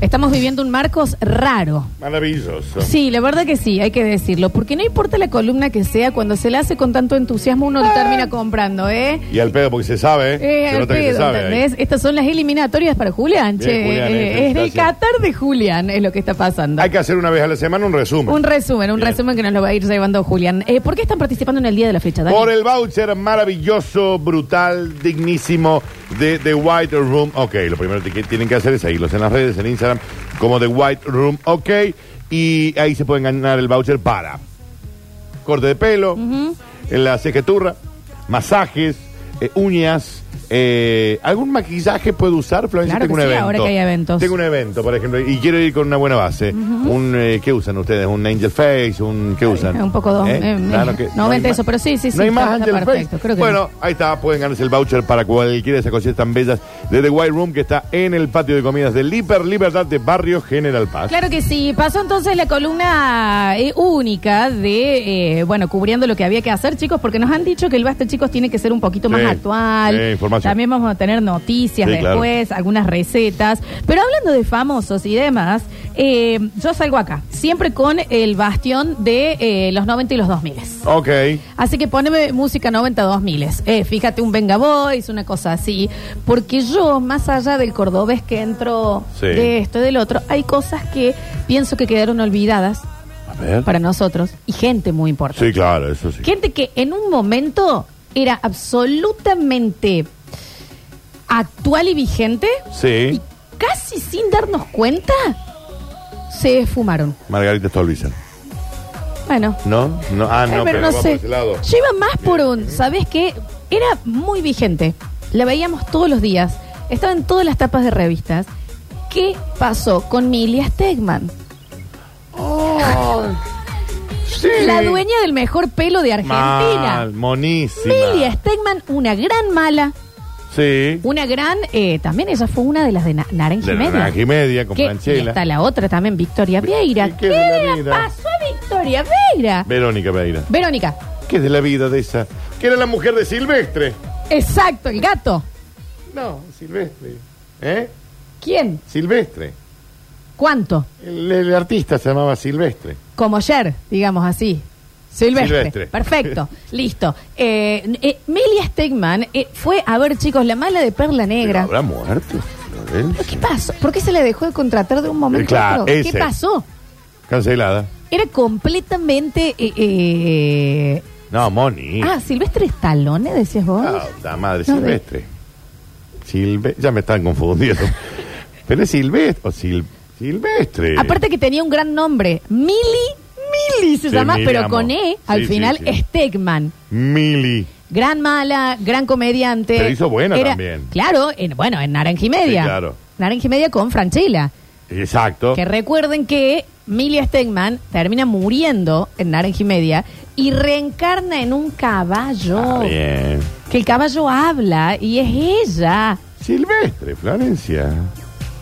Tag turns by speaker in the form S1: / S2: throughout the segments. S1: Estamos viviendo un Marcos raro.
S2: Maravilloso.
S1: Sí, la verdad que sí, hay que decirlo. Porque no importa la columna que sea, cuando se la hace con tanto entusiasmo, uno termina comprando, ¿eh?
S2: Y al pedo, porque se sabe.
S1: Eh,
S2: se
S1: al
S2: nota que se
S1: pedo,
S2: sabe. ahí.
S1: ¿entendés? Estas son las eliminatorias para Julián,
S2: Bien,
S1: che.
S2: Julián,
S1: eh,
S2: eh,
S1: es del
S2: felicitaciones.
S1: Qatar de Julián, es lo que está pasando.
S2: Hay que hacer una vez a la semana un resumen.
S1: Un resumen, un
S2: Bien.
S1: resumen que nos lo va a ir llevando Julián. Eh, ¿Por qué están participando en el día de la fecha, Dani?
S2: Por el voucher maravilloso, brutal, dignísimo de The White Room. Ok, lo primero que tienen que hacer es seguirlos en las redes, en Instagram, como The White Room. Ok, y ahí se pueden ganar el voucher para corte de pelo, en la cejeturra, masajes, eh, uñas. eh, ¿Algún maquillaje puedo usar, Florencia?
S1: Claro
S2: Tengo
S1: que
S2: un
S1: sí,
S2: evento.
S1: ahora que hay eventos.
S2: Tengo un evento, por ejemplo, y quiero ir con una buena base. un, eh, ¿Qué usan ustedes? ¿Un Angel Face? ¿Un, ¿Qué usan?
S1: un poco dos, eh,
S2: Claro que-
S1: no vende
S2: hay
S1: eso,
S2: más.
S1: pero sí, sí, sí,
S2: No hay
S1: está-
S2: más
S1: está
S2: Angel
S1: perfecto,
S2: Face.
S1: creo que
S2: bueno, ahí está, pueden ganarse el voucher para cualquiera de esas cositas tan bellas de The White Room que está en el patio de comidas del Hiper Libertad de Barrio General Paz.
S1: Claro que sí. Pasó entonces la columna eh, única de, eh, bueno, cubriendo lo que había que hacer, chicos, porque nos han dicho que el Basta, chicos, tiene que ser un poquito
S2: Sí,
S1: más actual.
S2: sí, información.
S1: También vamos a tener noticias
S2: Sí, claro.
S1: después, algunas recetas. Pero hablando de famosos y demás, eh, yo salgo acá, siempre con el bastión de eh, los 90 y los 2000.
S2: Ok.
S1: Así que poneme música 90-2000. Eh, fíjate, un Venga Boys, una cosa así. Porque yo, más allá del cordobés que entro
S2: Sí.
S1: de esto y del otro, hay cosas que pienso que quedaron olvidadas
S2: A ver.
S1: para nosotros y gente muy importante.
S2: Sí, claro, eso sí.
S1: Gente que en un momento era absolutamente actual y vigente y
S2: Sí.
S1: casi sin darnos cuenta se fumaron.
S2: Margarita Stolbizer.
S1: Bueno,
S2: ¿No? no ah,
S1: Ay,
S2: no,
S1: pero no
S2: va
S1: sé.
S2: por ese lado.
S1: Lleva más por un, ¿sabes qué? Era muy vigente. La veíamos todos los días. Estaba en todas las tapas de revistas. ¿Qué pasó con Milia Stegman? Oh,
S2: Sí.
S1: La dueña del mejor pelo de Argentina.
S2: Mal, monísima.
S1: Milia Stegman, una gran mala,
S2: Sí.
S1: una gran. eh, también ella fue una de las de Na- Naranja
S2: De
S1: y Media.
S2: naranja y media con
S1: Que- y
S2: Franchella.
S1: está la otra también, Victoria
S2: Vi-
S1: Vieira. ¿Qué
S2: ¿qué de la
S1: le
S2: vida?
S1: pasó a Victoria Vieira?
S2: Verónica Pereira.
S1: Verónica,
S2: ¿Qué es de la vida de esa? Que era la mujer de Silvestre.
S1: exacto, el gato.
S2: No, Silvestre. ¿Eh?
S1: ¿Quién?
S2: Silvestre.
S1: ¿Cuánto?
S2: El, el artista se llamaba Silvestre.
S1: Como ayer, digamos así. Silvestre.
S2: Silvestre.
S1: Perfecto. Listo. Eh, eh, Melia Stegman eh, fue, a ver, chicos, la mala de Perla Negra.
S2: ¿Habrá muerto? Florencia?
S1: ¿Qué pasó? ¿Por qué se la dejó de contratar de un momento
S2: Eh, claro,
S1: a otro? ¿Qué
S2: ese.
S1: pasó?
S2: Cancelada.
S1: Era completamente. eh, eh,
S2: No, Moni.
S1: Ah, Silvestre Stallone, decías vos.
S2: Ah, la madre,
S1: No,
S2: Silvestre. Silve... Ya me están confundiendo. Pero es Silvestre. O Sil- Silvestre.
S1: Aparte que tenía un gran nombre. Mili, Mili se
S2: Sí,
S1: llama,
S2: Mili,
S1: pero
S2: amo.
S1: con E al
S2: Sí, sí,
S1: final,
S2: sí.
S1: Stegman.
S2: Mili.
S1: Gran mala, gran comediante.
S2: Pero hizo buena también.
S1: Claro, en- bueno, en Naranja y Media.
S2: Sí, claro.
S1: Naranja y Media con Franchella.
S2: Exacto.
S1: Que recuerden que Milia Stegman termina muriendo en Naranja y Media y reencarna en un caballo.
S2: Ah, bien.
S1: Que el caballo habla y es ella.
S2: Silvestre, Florencia.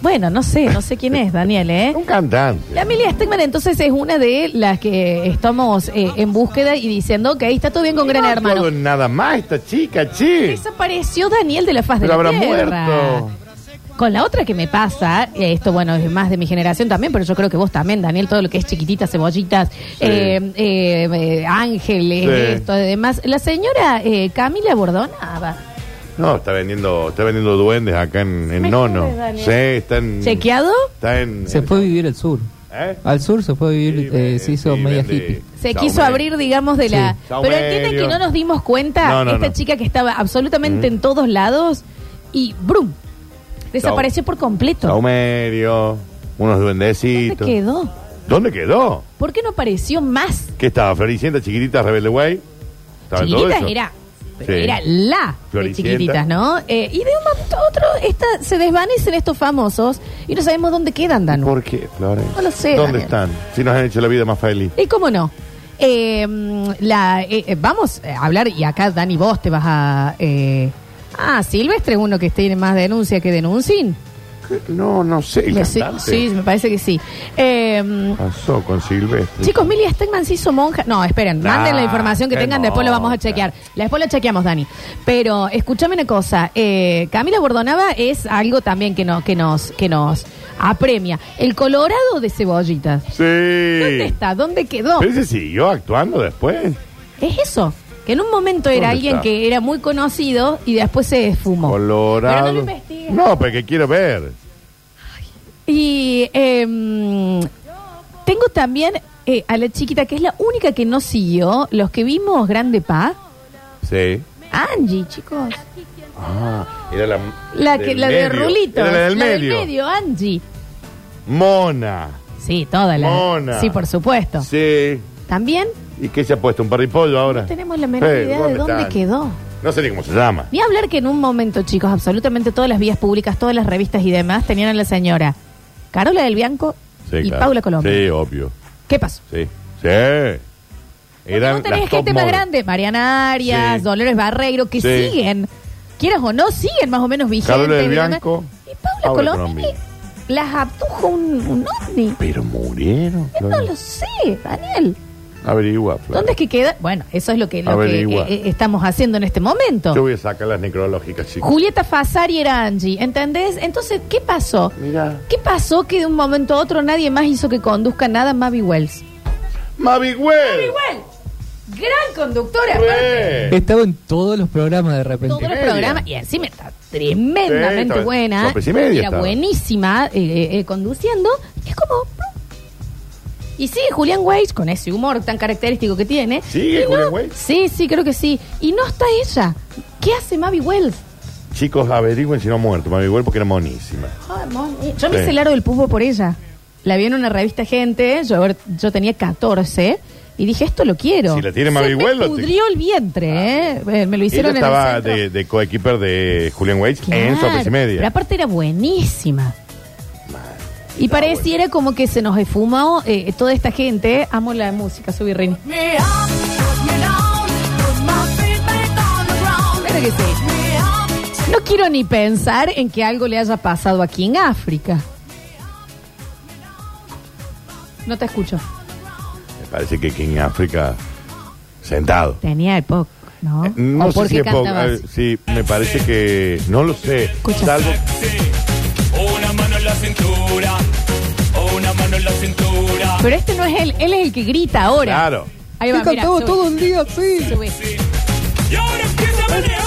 S1: Bueno, no sé, no sé quién es, Daniel, ¿eh?
S2: Un cantante.
S1: La Milia Stegman entonces es una de las que estamos eh, en búsqueda y diciendo que ahí está todo bien con Gran
S2: No ha
S1: Hermano.
S2: actuado en nada más esta chica, che.
S1: Desapareció Daniel de la faz
S2: Pero
S1: de la
S2: habrá
S1: tierra.
S2: muerto.
S1: Con la otra que me pasa, eh, esto bueno, es más de mi generación también, pero yo creo que vos también, Daniel, todo lo que es chiquititas, cebollitas, eh, eh, eh, ángeles,
S2: Sí.
S1: esto, además. La señora eh, Camila Bordonaba.
S2: No, está vendiendo, está vendiendo duendes acá en, en
S1: Me
S2: Nono.
S1: jodes, Daniel.
S2: Sí, está en.
S1: ¿Chequeado?
S2: Está en.
S3: Se Ah, puede vivir al sur.
S2: ¿Eh?
S3: Al sur se puede vivir,
S2: Sí,
S3: eh,
S2: eh,
S3: se hizo
S2: sí,
S3: media
S2: vende
S3: hippie.
S1: Se
S2: saumerio.
S1: quiso abrir, digamos, de la...
S3: Sí.
S1: Pero entienden que
S2: Saumerio.
S1: no nos dimos cuenta,
S2: No, no,
S1: esta
S2: no.
S1: chica que estaba absolutamente en todos lados y ¡brum! Desapareció por completo.
S2: Saumerio, unos
S1: ¿Dónde
S2: duendecitos.
S1: quedó?
S2: ¿Dónde quedó?
S1: ¿Por qué no apareció más?
S2: ¿Qué estaba? Floricienta, chiquitita, rebelde, güey. ¿Estaba en todo
S1: Chiquititas
S2: eso?
S1: era, pero
S2: Sí.
S1: era la de
S2: Floricienta.
S1: chiquititas, ¿no? Eh, y de un momento a otro esta, se desvanecen estos famosos y no sabemos dónde quedan, Danu.
S2: ¿Por qué, Florencia?
S1: No lo sé,
S2: ¿Dónde
S1: Daniel.
S2: están? Si nos han hecho la vida más feliz.
S1: ¿Y cómo no? Eh, mm, la, eh, eh, vamos a hablar, y acá Dani vos te vas a... eh, ah, Silvestre es uno que tiene más denuncia que denuncin.
S2: No, no sé. el
S1: Me- sí,
S2: cantante.
S1: sí, me parece que sí. Eh,
S2: Pasó con Silvestre.
S1: Chicos, Milly Stegman se hizo monja. No, esperen,
S2: Nah,
S1: manden la información que
S2: Ah, qué
S1: tengan, después lo vamos a
S2: monja.
S1: chequear. Después lo chequeamos, Dani. Pero escúchame una cosa, eh, Camila Bordonaba es algo también que, no, que, nos, que nos apremia. El colorado de cebollitas.
S2: Sí.
S1: ¿Dónde está? ¿Dónde quedó?
S2: Pero ese siguió actuando después.
S1: Es eso. Que en un momento era
S2: ¿Dónde
S1: alguien
S2: está?
S1: que era muy conocido y después se esfumó.
S2: Colorado.
S1: Pero no lo investigues.
S2: No, porque quiero ver.
S1: Y em, tengo también eh, a la chiquita, que es la única que no siguió, los que vimos Grande Pa.
S2: Sí.
S1: Angie, chicos.
S2: Ah, era la.
S1: La,
S2: del
S1: que, la de
S2: medio.
S1: Rulito.
S2: Era la del medio.
S1: Angie.
S2: Mona.
S1: Sí, toda la.
S2: Mona.
S1: Sí, por supuesto.
S2: Sí.
S1: También
S2: ¿Y qué se ha puesto? ¿Un parripollo ahora?
S1: tenemos la menor
S2: Sí,
S1: idea de
S2: ¿dónde
S1: dónde
S2: están?
S1: quedó.
S2: No sé ni cómo se llama.
S1: Ni hablar que en un momento, chicos, absolutamente todas las vías públicas, todas las revistas y demás tenían a la señora Carola del Bianco
S2: Sí,
S1: y
S2: claro.
S1: Paula Colombo.
S2: Sí, obvio.
S1: ¿Qué pasó?
S2: Sí. Sí. Eran
S1: no tenés
S2: las top
S1: gente más
S2: model.
S1: grande, Mariana Arias,
S2: Sí.
S1: Dolores Barreiro, que
S2: Sí.
S1: siguen, quieras o no, siguen más o menos vigentes.
S2: Carola del
S1: y demás.
S2: Bianco,
S1: Y Paula,
S2: Paula
S1: Colombini
S2: Colombini.
S1: las abdujo un, un ovni.
S2: Pero murieron.
S1: Yo no lo sé, Daniel.
S2: Averigua, Flor.
S1: ¿Dónde es que queda? Bueno, eso es lo que, lo que
S2: Averigua.
S1: eh, eh, estamos haciendo en este
S2: Yo
S1: momento.
S2: voy a sacar las necrológicas, chicos.
S1: Julieta Fasari era Angie, ¿entendés? Entonces, ¿qué pasó?
S2: Mira.
S1: ¿Qué pasó que de un momento a otro nadie más hizo que conduzca nada Mavi Wells?
S2: Mavi Güell.
S1: Wells, gran conductora.
S2: Re.
S3: Estaba en todos los programas de repente.
S1: Todos los
S2: media.
S1: programas, y encima está tremendamente
S2: Sí, estaba-
S1: buena.
S2: Sopes y media
S1: Era
S2: estaba.
S1: buenísima eh, eh, eh, conduciendo. Es como. Y sigue Julián Weitz con ese humor tan característico que tiene.
S2: ¿Sigue
S1: Y no-
S2: Julián Weitz?
S1: Sí, sí, creo que sí. Y no está ella. ¿Qué hace Mavi Wells?
S2: Chicos, averigüen si no ha muerto Mavi Güell porque era monísima.
S1: Ay, mami, Yo me
S2: Sí.
S1: hice el aro del pupo por ella. La vi en una revista Gente, yo, yo tenía 14 y dije, esto lo quiero.
S2: Si la tiene Mavi
S1: Se me
S2: Wells, lo te-
S1: pudrió el vientre, ¿eh? Eh, Me lo hicieron
S2: Ella
S1: en el
S2: estaba
S1: centro.
S2: de, de coequiper de Julian Wage en
S1: Claro,
S2: Sopes y Media.
S1: Pero aparte era buenísima. Y pareciera como que se nos esfumó eh, toda esta gente. Amo la música, subí Rini.
S4: Me up, me down, put my feet back on the ground.
S1: Claro que sí.
S4: Me up,
S1: No quiero ni pensar en que algo le haya pasado aquí en África. No te escucho.
S2: Me parece que aquí en África, sentado.
S1: Tenía el pop, ¿no?
S2: Eh, No
S1: ¿O por
S2: sé si
S1: qué
S2: es poco.
S1: cantabas?
S2: eh, Sí, me parece que. No lo sé.
S1: Escucha.
S2: Salvo.
S5: Una mano en la cintura, una mano en la cintura.
S1: Pero este no es él, él es el que grita ahora.
S2: Claro.
S1: Ahí va,
S3: Chicos,
S1: mira,
S3: todo,
S1: sube,
S3: todo el día, sí.
S1: sube.
S5: Y ahora empieza a manejar.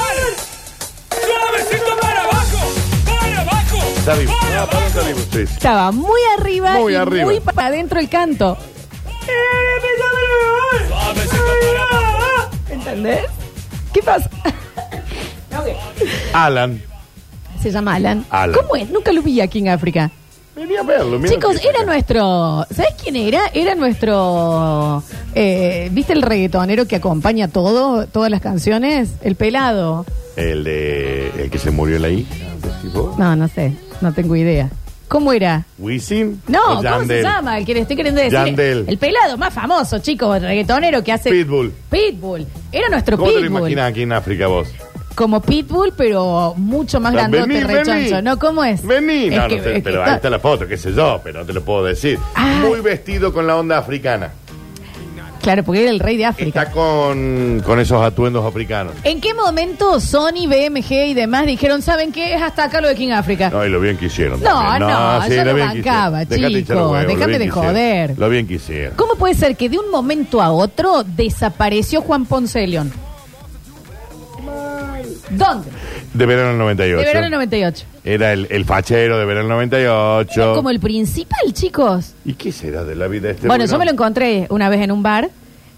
S5: Suavecito para abajo, para abajo,
S2: Está vivo.
S5: para
S2: Ah, para
S5: abajo.
S2: está vivo, sí.
S1: Estaba muy arriba
S2: Muy
S1: y
S2: arriba.
S1: muy para adentro el canto.
S5: Suavecito para abajo.
S1: ¿Entendés? ¿Qué pasa?
S2: Alan.
S1: Se llama Alan.
S2: Alan.
S1: ¿Cómo es? Nunca lo vi aquí en África.
S2: Venía a verlo. mira
S1: Chicos,
S2: lo que
S1: era
S2: saca.
S1: nuestro. ¿Sabes quién era? Era nuestro. eh, ¿Viste el reggaetonero que acompaña todo, todas las canciones? El pelado.
S2: El de. El que se murió en la hija. de tipo.
S1: No, no sé. No tengo idea. ¿Cómo era?
S2: Wisin.
S1: No,
S2: o
S1: ¿cómo se
S2: Yandel.
S1: llama? El que le estoy queriendo decir.
S2: Yandel.
S1: El pelado más famoso, chicos, el reggaetonero que hace.
S2: Pitbull.
S1: Pitbull. Era nuestro
S2: ¿Cómo te lo
S1: Pitbull.
S2: imaginas aquí en África vos?
S1: Como Pitbull, pero mucho más grandote,
S2: Ah, Vení,
S1: rechoncho.
S2: vení.
S1: ¿No? ¿Cómo es?
S2: Vení.
S1: Es
S2: No,
S1: que-
S2: no sé,
S1: es que
S2: pero ahí está la foto, qué sé yo, pero no te lo puedo decir.
S1: Ah.
S2: Muy vestido con la onda africana.
S1: Claro, porque era el rey de África.
S2: Está con, con esos atuendos africanos.
S1: ¿En qué momento Sony, BMG y demás dijeron, ¿saben qué? Es hasta acá lo de King África.
S2: No, y lo bien que hicieron.
S1: No,
S2: también.
S1: no, yo
S2: lo
S1: lo
S2: bien que hicieron.
S1: bancaba,
S2: Dejate
S1: chico,
S2: hinchar los huevos, lo
S1: dejate
S2: bien
S1: de
S2: que hicieron.
S1: joder.
S2: Lo bien que hicieron.
S1: ¿Cómo puede ser que de un momento a otro desapareció Juan Ponce de León? ¿Dónde?
S2: De verano del 98.
S1: De verano del 98.
S2: Era el, el fachero de verano del 98.
S1: Era como el principal, chicos.
S2: ¿Y qué será de la vida de este
S1: bueno,
S2: hombre?
S1: yo me lo encontré una vez en un bar,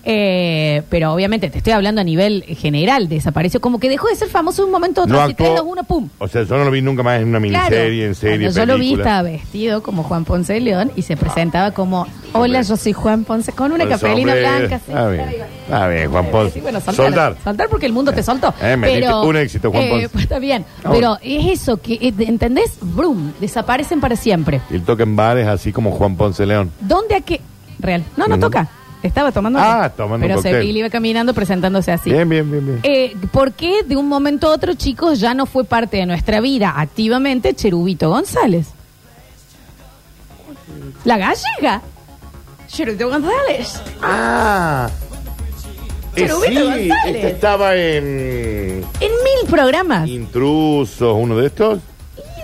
S1: eh, pero obviamente te estoy hablando a nivel general. Desapareció, como que dejó de ser famoso de un momento a otro.
S2: No
S1: así,
S2: actuó-
S1: 3, 2, 1, pum.
S2: O sea, yo no lo vi nunca más en una miniserie, en serie,
S1: Cuando yo lo vi,
S2: película.
S1: estaba vestido como Juan Ponce de León y se presentaba como: Hola, yo soy Juan Ponce, con una
S2: Con
S1: capelina
S2: sombrero.
S1: blanca. sí,
S2: Está bien,
S1: arriba.
S2: está bien, Juan Ponce.
S1: Sí, bueno, soltar,
S2: Soldar.
S1: Soltar porque el mundo te soltó.
S2: Eh, me
S1: Pero,
S2: diste un éxito, Juan Ponce.
S1: pues, está bien.
S2: Ah,
S1: Pero
S2: bueno.
S1: es eso, que eh, ¿entendés? Brum, desaparecen para siempre.
S2: Y él toca en bares así como Juan Ponce León.
S1: ¿Dónde a qué? Real. No, no
S2: Ujú.
S1: toca. Estaba tomando.
S2: Ah, tomando un
S1: Pero
S2: cóctel.
S1: Cepil iba caminando presentándose así.
S2: Bien, bien, bien, bien.
S1: Eh, ¿Por qué de un momento a otro, chicos, ya no fue parte de nuestra vida activamente Cherubito González? La gallega. Cherubito González.
S2: Ah. Eh,
S1: Cherubito
S2: sí,
S1: González.
S2: este estaba en
S1: En mil programas. Y
S2: Intrusos, uno de estos.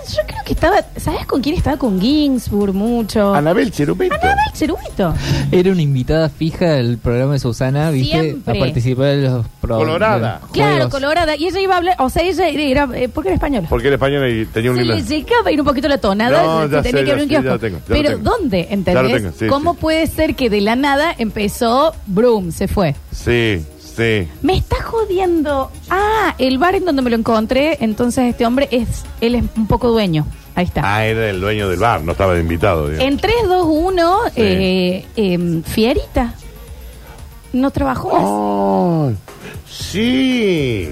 S1: yo creo que estaba. ¿Sabes con quién estaba? Con Ginsburg mucho.
S2: Anabel Cherubito.
S1: Oh. Anabel Cherubito.
S3: Era una invitada fija del programa de Susana, ¿viste?
S1: Siempre.
S3: A participar de los programas.
S2: Colorada.
S1: Claro, colorada. Y ella iba a hablar. O sea, ella era. eh, porque era española.
S2: Porque era español y tenía un
S1: Se
S2: lindo.
S1: le llegaba a ir un poquito la tonada,
S2: No,
S1: se- se tenía
S2: ya sé,
S1: que abrir un
S2: ya sé,
S1: kiosco.
S2: ya lo tengo, ya lo
S1: Pero
S2: tengo.
S1: ¿dónde?
S2: Ya lo
S1: ¿Entendés?
S2: tengo, sí,
S1: ¿Cómo
S2: sí.
S1: puede ser que de la nada empezó, broom, se fue?
S2: Sí, sí.
S1: Me está jodiendo. Ah, el bar en donde me lo encontré, entonces este hombre es, él es un poco dueño. Ahí está.
S2: Ah, era el dueño del bar, no estaba de invitado. digamos.
S1: en 3, 2, 1,
S2: Sí.
S1: eh, em, Fierita. No trabajó más.
S2: Oh, sí,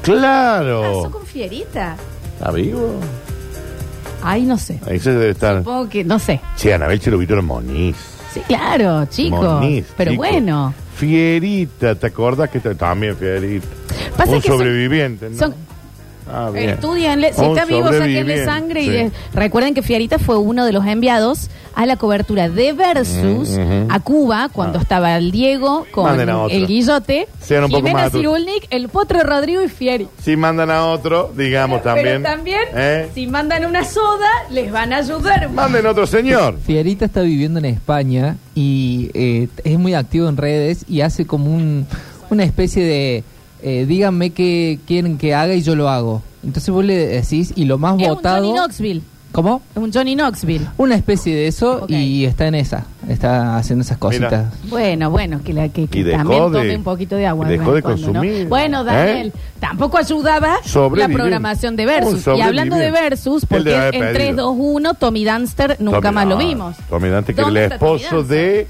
S1: Pasó
S2: claro.
S1: con Fierita.
S2: ¿Está vivo?
S1: Ay, no sé.
S2: Ahí se debe estar.
S1: Supongo que, no sé.
S2: Sí, Anabel Cherubito era Moniz.
S1: Sí, claro, chico.
S2: Moniz,
S1: pero
S2: chico.
S1: bueno.
S2: Fierita, ¿te acordás que te- también Fierita?
S1: Pasa
S2: Un
S1: que son-
S2: sobreviviente, ¿no?
S1: son-
S2: Ah, bien.
S1: Estudianle, si
S2: Un
S1: está vivo, saquenle
S2: sobreviviente,
S1: sangre y
S2: sí.
S1: de- recuerden que Fiarita fue uno de los enviados a la cobertura de Versus
S2: Mm, ujú.
S1: a Cuba cuando
S2: Ah.
S1: estaba el Diego con
S2: Manden a otro.
S1: el Guillote,
S2: Sean un poco
S1: Jimena
S2: más adultos.
S1: Cirulnik, el Potro Rodrigo y Fieri.
S2: Si mandan a otro, digamos
S1: Pero
S2: también.
S1: también,
S2: ¿eh?
S1: si mandan una soda, les van a ayudar.
S2: Manden otro señor.
S3: Fiarita está viviendo en España y eh, es muy activo en redes y hace como un, una especie de eh, díganme qué quieren que haga y yo lo hago. Entonces vos le decís y lo más
S1: Es un
S3: votado.
S1: Johnny Knoxville.
S3: ¿Cómo?
S1: Es un Johnny Knoxville.
S3: Una especie de eso
S1: Ok.
S3: y está en esa. Está haciendo esas
S2: Mira.
S3: cositas.
S1: Bueno, bueno, que, la, que, que
S2: Y dejó
S1: también tome
S2: de-
S1: un poquito de agua.
S2: y
S1: vez
S2: dejó de
S1: en cuando, ¿no?
S2: consumir. ¿eh?
S1: Bueno, Daniel, tampoco ayudaba la
S2: Sobreviviente.
S1: programación de
S2: Un
S1: Versus. Y
S2: sobreviviente.
S1: hablando de Versus,
S2: Él
S1: porque
S2: debe haber
S1: en
S2: pedido.
S1: 3, 2, 1, Tommy Dunster nunca
S2: Tommy
S1: más lo
S2: Dan-
S1: vimos.
S2: Tommy Dante, que el
S1: ¿Dónde está Tommy
S2: esposo
S1: Dancer?
S2: de,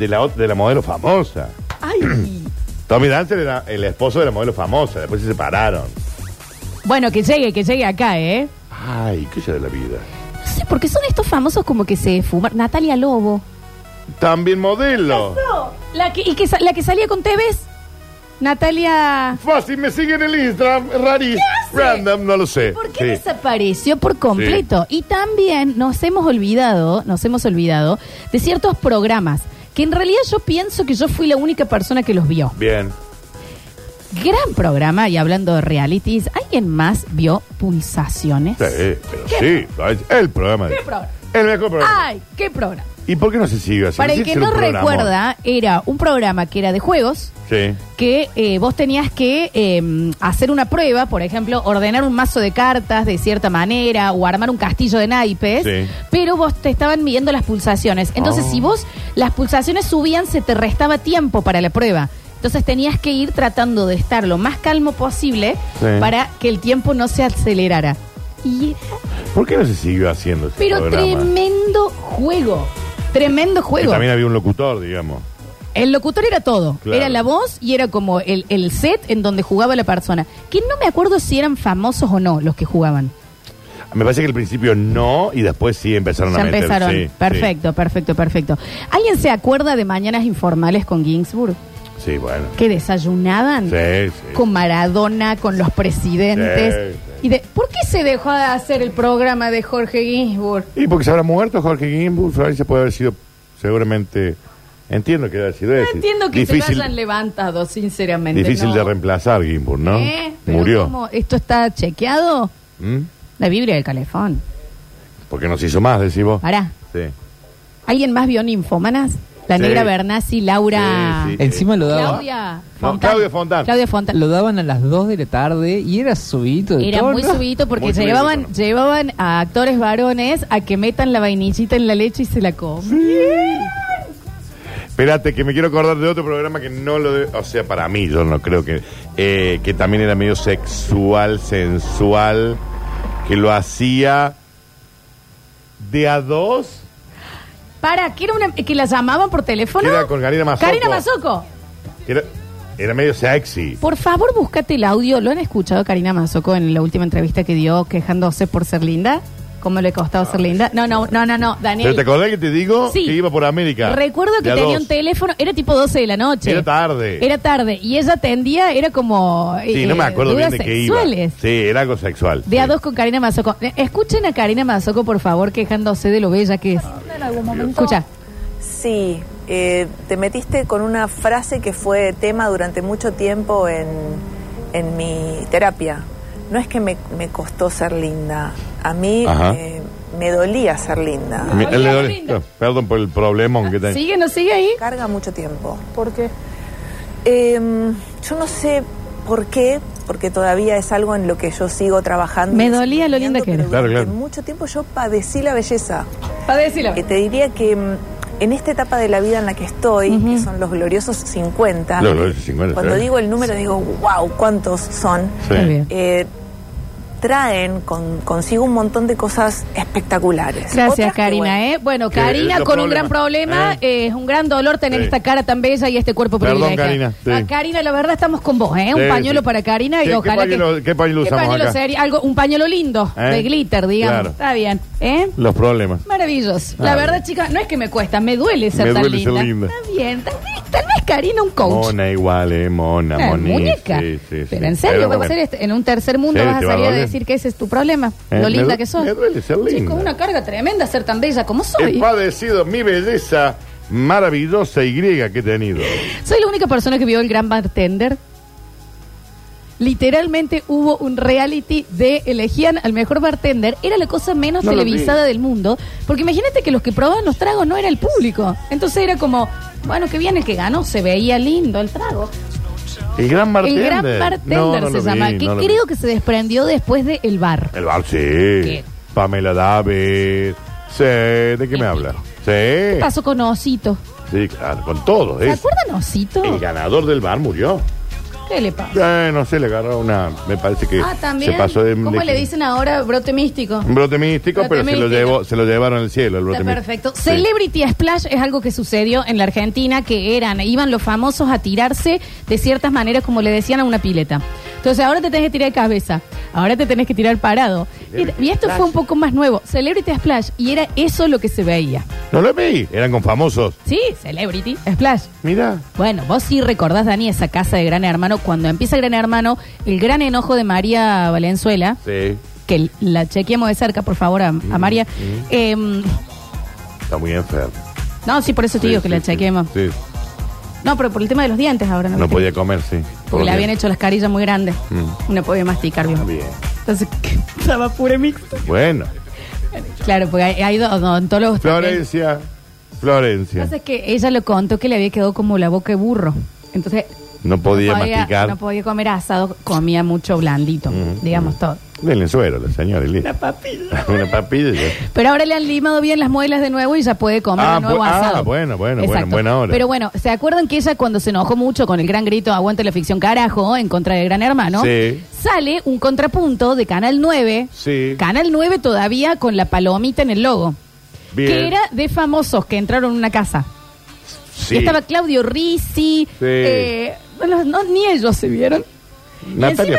S2: de, la, ot- de la modelo famosa.
S1: Ay.
S2: Tommy Dancer era el esposo de la modelo famosa, después se separaron.
S1: Bueno, que llegue, que llegue acá, ¿eh?
S2: Ay, qué ya de la vida.
S1: No sé, porque son estos famosos como que se fuman. Natalia Lobo.
S2: También modelo.
S1: La que, y que, sa- la que salía con TVs. Natalia.
S2: Fácil, me siguen en el Instagram, rarísimo.
S1: hace?
S2: Random, no lo sé.
S1: ¿Por qué
S2: Sí.
S1: desapareció por completo? Y también nos hemos olvidado, nos hemos olvidado de ciertos programas que en realidad yo pienso que yo fui la única persona que los vio.
S2: Bien.
S1: Gran programa y hablando de realities, ¿alguien más vio Pulsaciones?
S2: Sí, pero sí. es El programa. de-
S1: ¿Qué programa?
S2: El mejor programa.
S1: Ay, qué programa.
S2: ¿Y por qué no se sigue así?
S1: Para el
S2: Sí,
S1: que
S2: era
S1: no
S2: un programa.
S1: recuerda, era un programa que era de juegos,
S2: Sí.
S1: que eh, vos tenías que eh, hacer una prueba, por ejemplo, ordenar un mazo de cartas de cierta manera o armar un castillo de naipes,
S2: Sí.
S1: pero vos te estaban midiendo las pulsaciones. Entonces,
S2: Oh.
S1: si vos las pulsaciones subían, se te restaba tiempo para la prueba. Entonces tenías que ir tratando de estar lo más calmo posible
S2: Sí.
S1: para que el tiempo no se acelerara. Y era-
S2: ¿Por qué no se siguió haciendo ese
S1: pero
S2: programa?
S1: tremendo juego. Tremendo
S2: Que
S1: juego.
S2: también había un locutor, digamos.
S1: El locutor era todo.
S2: Claro.
S1: Era la voz y era como el, el set en donde jugaba la persona. Que no me acuerdo si eran famosos o no los que jugaban.
S2: Me parece que al principio no y después sí empezaron
S1: Ya
S2: a meter.
S1: empezaron.
S2: sí,
S1: perfecto, perfecto, perfecto. ¿Alguien se acuerda de mañanas informales con Ginsburg?
S2: Sí, Sí, bueno.
S1: Que desayunaban
S2: Sí, sí.
S1: con Maradona, con los presidentes.
S2: Sí, sí.
S1: Y de, ¿Por qué se dejó de hacer el programa de Jorge Ginsburg?
S2: Y porque se habrá muerto Jorge Gimbus, Florencia puede haber sido seguramente. Entiendo que debe haber sido
S1: No
S2: ese.
S1: entiendo que se
S2: difícil,
S1: lo hayan levantado, sinceramente.
S2: Difícil
S1: no.
S2: de reemplazar Gimbus, ¿no?
S1: ¿Eh? Pero
S2: Murió.
S1: ¿cómo? ¿Esto está chequeado?
S2: ¿Mm?
S1: La Biblia del Calefón.
S2: Porque nos hizo más, decís vos.
S1: Pará.
S2: Sí.
S1: ¿Alguien más vio Ninfomanas? La
S2: Sí.
S1: negra Bernasi, Laura.
S2: Sí, sí.
S3: Encima lo daban.
S1: Claudia
S2: No,
S1: Fontán.
S2: Claudia Fontán.
S1: Claudia Fontán.
S3: Lo daban a las 2 de la tarde y era subito de
S1: Era
S3: tono.
S1: muy subidito porque
S2: Muy subidito,
S1: llevaban,
S2: ¿no?
S1: llevaban a actores varones a que metan la vainillita en la leche y se la comen.
S2: Espérate, que me quiero acordar de otro programa que no lo... de- o sea, para mí, yo no creo que... eh, que también era medio sexual, sensual, que lo hacía de a dos.
S1: Para, que era una que la llamaban por teléfono.
S2: Que era con Karina Mazoco.
S1: Karina Mazoco.
S2: que Era, era medio sexy.
S1: Por favor, búscate el audio. ¿Lo han escuchado Karina Mazoco en la última entrevista que dio quejándose por ser linda? Como le costaba ser linda. No, no, no, no, no,
S2: Ah, ¿Pero te
S1: Daniel.
S2: acordás que te digo
S1: Sí.
S2: que iba por América?
S1: Recuerdo que
S2: De a
S1: tenía
S2: dos.
S1: un teléfono, era tipo 12 de la noche.
S2: Era tarde.
S1: Era tarde. Y ella atendía, era como.
S2: Sí, no
S1: eh,
S2: me acuerdo bien
S1: dudas
S2: de qué iba.
S1: sexuales.
S2: Sí, era algo sexual.
S1: De a
S2: sí.
S1: dos con Karina Mazoco. Eh, Escuchen a Karina Mazoco, por favor, quejándose de lo bella que es.
S6: en algún momento?
S1: Escucha.
S7: Sí, eh, te metiste con una frase que fue tema durante mucho tiempo en, en mi terapia. No es que me, me costó ser linda, a mí
S2: Ajá.
S7: eh, me dolía ser linda.
S2: Me-
S1: Hola,
S2: le doy-
S1: linda.
S2: Perdón por el problema
S1: Ah,
S2: que tenés.
S1: ¿Sigue, no sigue ahí?
S7: Carga mucho tiempo.
S6: ¿Por qué?
S7: Eh, yo no sé por qué, porque todavía es algo en lo que yo sigo trabajando.
S1: Me dolía lo linda que
S7: pero
S1: eres.
S2: Claro,
S7: durante
S2: claro.
S7: mucho tiempo yo padecí la belleza.
S1: Para decirlo.
S7: Eh, te diría que mm, en esta etapa de la vida en la que estoy, que son los gloriosos 50,
S2: Los gloriosos 50,
S7: cuando
S2: claro.
S7: digo el número digo, wow, ¿cuántos son?
S2: Sí.
S1: Muy bien.
S7: Eh, traen con, consigo un montón de cosas espectaculares.
S1: Gracias,
S7: Otras que, bueno,
S1: Karina. ¿eh? Bueno,
S2: Que
S1: Karina,
S2: los
S1: con un gran problema,
S2: problemas,
S1: eh, es un gran dolor tener
S2: Sí.
S1: esta cara tan bella y este cuerpo
S2: Perdón,
S1: privilegiado.
S2: Karina, sí.
S1: Ah, Karina, la verdad estamos con vos, ¿eh? Un
S2: Sí,
S1: pañuelo
S2: sí.
S1: para Karina y
S2: ¿Qué- qué
S1: ojalá
S2: pañuelo-
S1: que...
S2: qué pañuelo usamos
S1: pañuelo
S2: acá?
S1: sería? Algo, un pañuelo lindo,
S2: ¿Eh?
S1: de glitter, digamos.
S2: Claro.
S1: Está bien, ¿eh?
S2: Los problemas.
S1: Maravilloso. La
S2: Ah,
S1: verdad,
S2: bien.
S1: chicas, no es que me cuesta, me duele ser
S2: Me
S1: tan
S2: duele ser
S1: linda.
S2: linda.
S1: Está bien, tal vez, tal vez Karina un coach.
S2: Mona igual, eh, mona,
S1: Una
S2: moni.
S1: muñeca.
S2: Sí, sí, sí.
S1: Pero en serio,
S2: Pero
S1: vas a
S2: bueno.
S1: ser este- en un tercer mundo
S2: Sí,
S1: vas a
S2: te va a
S1: salir a
S2: doler.
S1: decir que ese es tu problema.
S2: Eh,
S1: lo
S2: me
S1: linda
S2: du-
S1: que sos.
S2: me duele ser linda.
S1: Chico, una carga tremenda ser tan bella como
S2: He
S1: soy.
S2: padecido mi belleza maravillosa y griega que he tenido.
S1: Soy la única persona que vio el Gran Bartender. Literalmente hubo un reality de elegían al mejor bartender. Era la cosa menos
S2: No lo
S1: televisada
S2: vi.
S1: del mundo. Porque imagínate que los que probaban los tragos no era el público. Entonces era como, bueno, que bien el que ganó. Se veía lindo el trago.
S2: El gran bartender.
S1: El Gran Bartender
S2: No, no
S1: se
S2: lo vi,
S1: llama. que
S2: no lo vi.
S1: creo que se desprendió después de El Bar.
S2: El bar, sí. Pamela David. Sí, ¿de qué me habla? Sí.
S1: Pasó con Osito.
S2: Sí, claro, con todo.
S1: ¿Se
S2: es.
S1: acuerdan Osito?
S2: El ganador del bar murió.
S1: ¿Qué le pasa?
S2: Eh, no sé, le agarró una. Me parece que
S1: Ah, también.
S2: se pasó de.
S1: ¿Cómo
S2: de-
S1: le dicen ahora brote místico?
S2: Un brote místico,
S1: Brote
S2: pero Se, lo
S1: místico.
S2: llevó, se lo llevaron al cielo, el brote
S1: Está
S2: místico.
S1: perfecto.
S2: Sí.
S1: Celebrity Splash es algo que sucedió en la Argentina, que eran, iban los famosos a tirarse de ciertas maneras, como le decían a una pileta. Entonces ahora te tenés que tirar de cabeza, ahora te tenés que tirar parado.
S2: Celebrity
S1: Y, y esto
S2: Splash.
S1: fue un poco más nuevo. Celebrity Splash, y era eso lo que se veía.
S2: No lo vi, eran con famosos.
S1: Sí, Celebrity Splash.
S2: Mira.
S1: Bueno, vos sí recordás, Dani, esa casa de Gran Hermano. Cuando empieza Gran Hermano, el gran enojo de María Valenzuela,
S2: Sí,
S1: que l- la chequeemos de cerca, por favor, a, a María. Em,
S2: está muy enfermo.
S1: no, sí, por eso te
S2: Sí,
S1: digo Este que
S2: sí,
S1: la
S2: sí.
S1: chequeemos.
S2: Sí,
S1: No, pero por el tema de los dientes ahora.
S2: no
S1: ¿Viste?
S2: podía comer, sí.
S1: Porque le habían hecho las carillas muy grandes.
S2: Mm.
S1: No podía masticar bien.
S2: Bien.
S1: Entonces, estaba pura mixta.
S2: Bueno,
S1: Claro, porque hay, hay odontólogos también.
S2: Florencia, Florencia.
S1: Entonces, que ella lo contó que le había quedado como la boca de burro. Entonces,
S2: No podía, masticar.
S1: no podía comer asado, comía mucho blandito,
S2: Mm,
S1: digamos
S2: mm.
S1: todo.
S2: Denle suero a la señora y listo. Una papilla. Una papilla.
S1: Pero ahora le han limado bien las muelas de nuevo y ya puede comer
S2: Ah,
S1: de nuevo
S2: bu- ah,
S1: asado.
S2: bueno, bueno, bueno, buena hora.
S1: Pero bueno, ¿se acuerdan que ella cuando se enojó mucho con el gran grito Aguante la ficción carajo en contra de Gran Hermano?
S2: Sí.
S1: Sale un contrapunto de Canal 9.
S2: Sí.
S1: Canal 9 todavía con la palomita en el logo.
S2: Bien.
S1: Que era de famosos que entraron en una casa.
S2: Sí.
S1: Y estaba Claudio Risi. eh, no, los- no, ni ellos se vieron.
S2: Natalia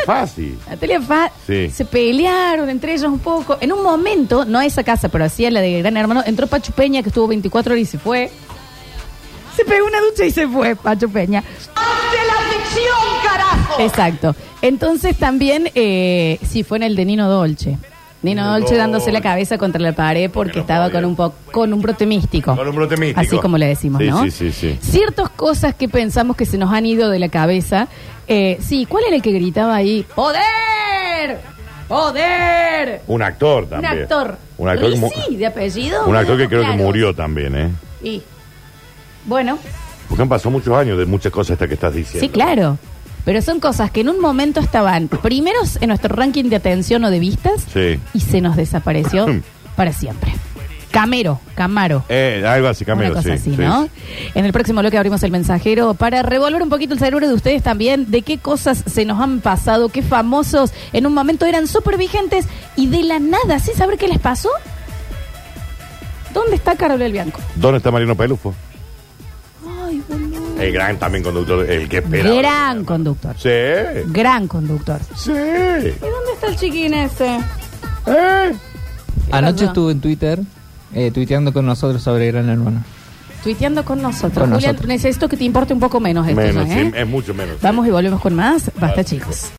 S1: encima-
S2: Fácil.
S1: Natalia Fa
S2: Sí.
S1: se pelearon entre ellos un poco. En un momento, no a esa casa, pero hacía la de Gran Hermano, entró Pachu Peña, que estuvo 24 horas y se fue. Se pegó una ducha y se fue, Pachu Peña. Exacto. Entonces también, eh, sí, fue en el de Nino Dolce. Nino
S2: Nino
S1: Dolce dándose la
S2: Dolce.
S1: cabeza contra la pared porque
S2: no
S1: estaba
S2: podía.
S1: con un, po- con un brote místico.
S2: Con un brote místico.
S1: Así como le decimos,
S2: Sí,
S1: ¿no?
S2: sí, sí, sí.
S1: Ciertas cosas que pensamos que se nos han ido de la cabeza. Eh, sí, ¿cuál era el que gritaba ahí? ¡Poder! ¡Poder!
S2: Un actor
S1: Un
S2: también.
S1: actor.
S2: Un actor, que, mu-
S1: Sí, de apellido.
S2: un actor que creo
S1: Claro.
S2: que murió también, ¿eh?
S1: Y, bueno,
S2: Porque han pasado muchos años de muchas cosas estas que estás diciendo.
S1: sí, claro. Pero son cosas que en un momento estaban primeros en nuestro ranking de atención o de vistas
S2: Sí.
S1: y se nos desapareció para siempre. Camero, Camaro.
S2: Eh, ahí básicamente,
S1: Una cosa
S2: sí.
S1: así,
S2: sí,
S1: ¿no?
S2: sí.
S1: En el próximo bloque abrimos el mensajero para revolver un poquito el cerebro de ustedes también, de qué cosas se nos han pasado, qué famosos en un momento eran súper vigentes y de la nada, sin saber qué les pasó. ¿Dónde está Carol el Bianco?
S2: ¿Dónde está Marino Pelufo?
S1: Ay, boludo.
S2: El gran también conductor, el que espera.
S1: Gran conductor.
S2: Sí.
S1: Gran conductor.
S2: Sí.
S1: ¿Y dónde está el chiquín ese?
S2: ¿Eh?
S3: Anoche
S1: pasó?
S3: estuve en Twitter, eh, tuiteando con nosotros sobre Gran Hermano.
S1: Tuiteando con nosotros.
S3: Con
S1: Julián,
S3: nosotros.
S1: necesito que te importe un poco menos esto.
S2: Menos,
S1: ¿eh?
S2: sí, es mucho menos.
S1: Vamos y volvemos con más. Basta,
S2: Basta,
S1: chicos.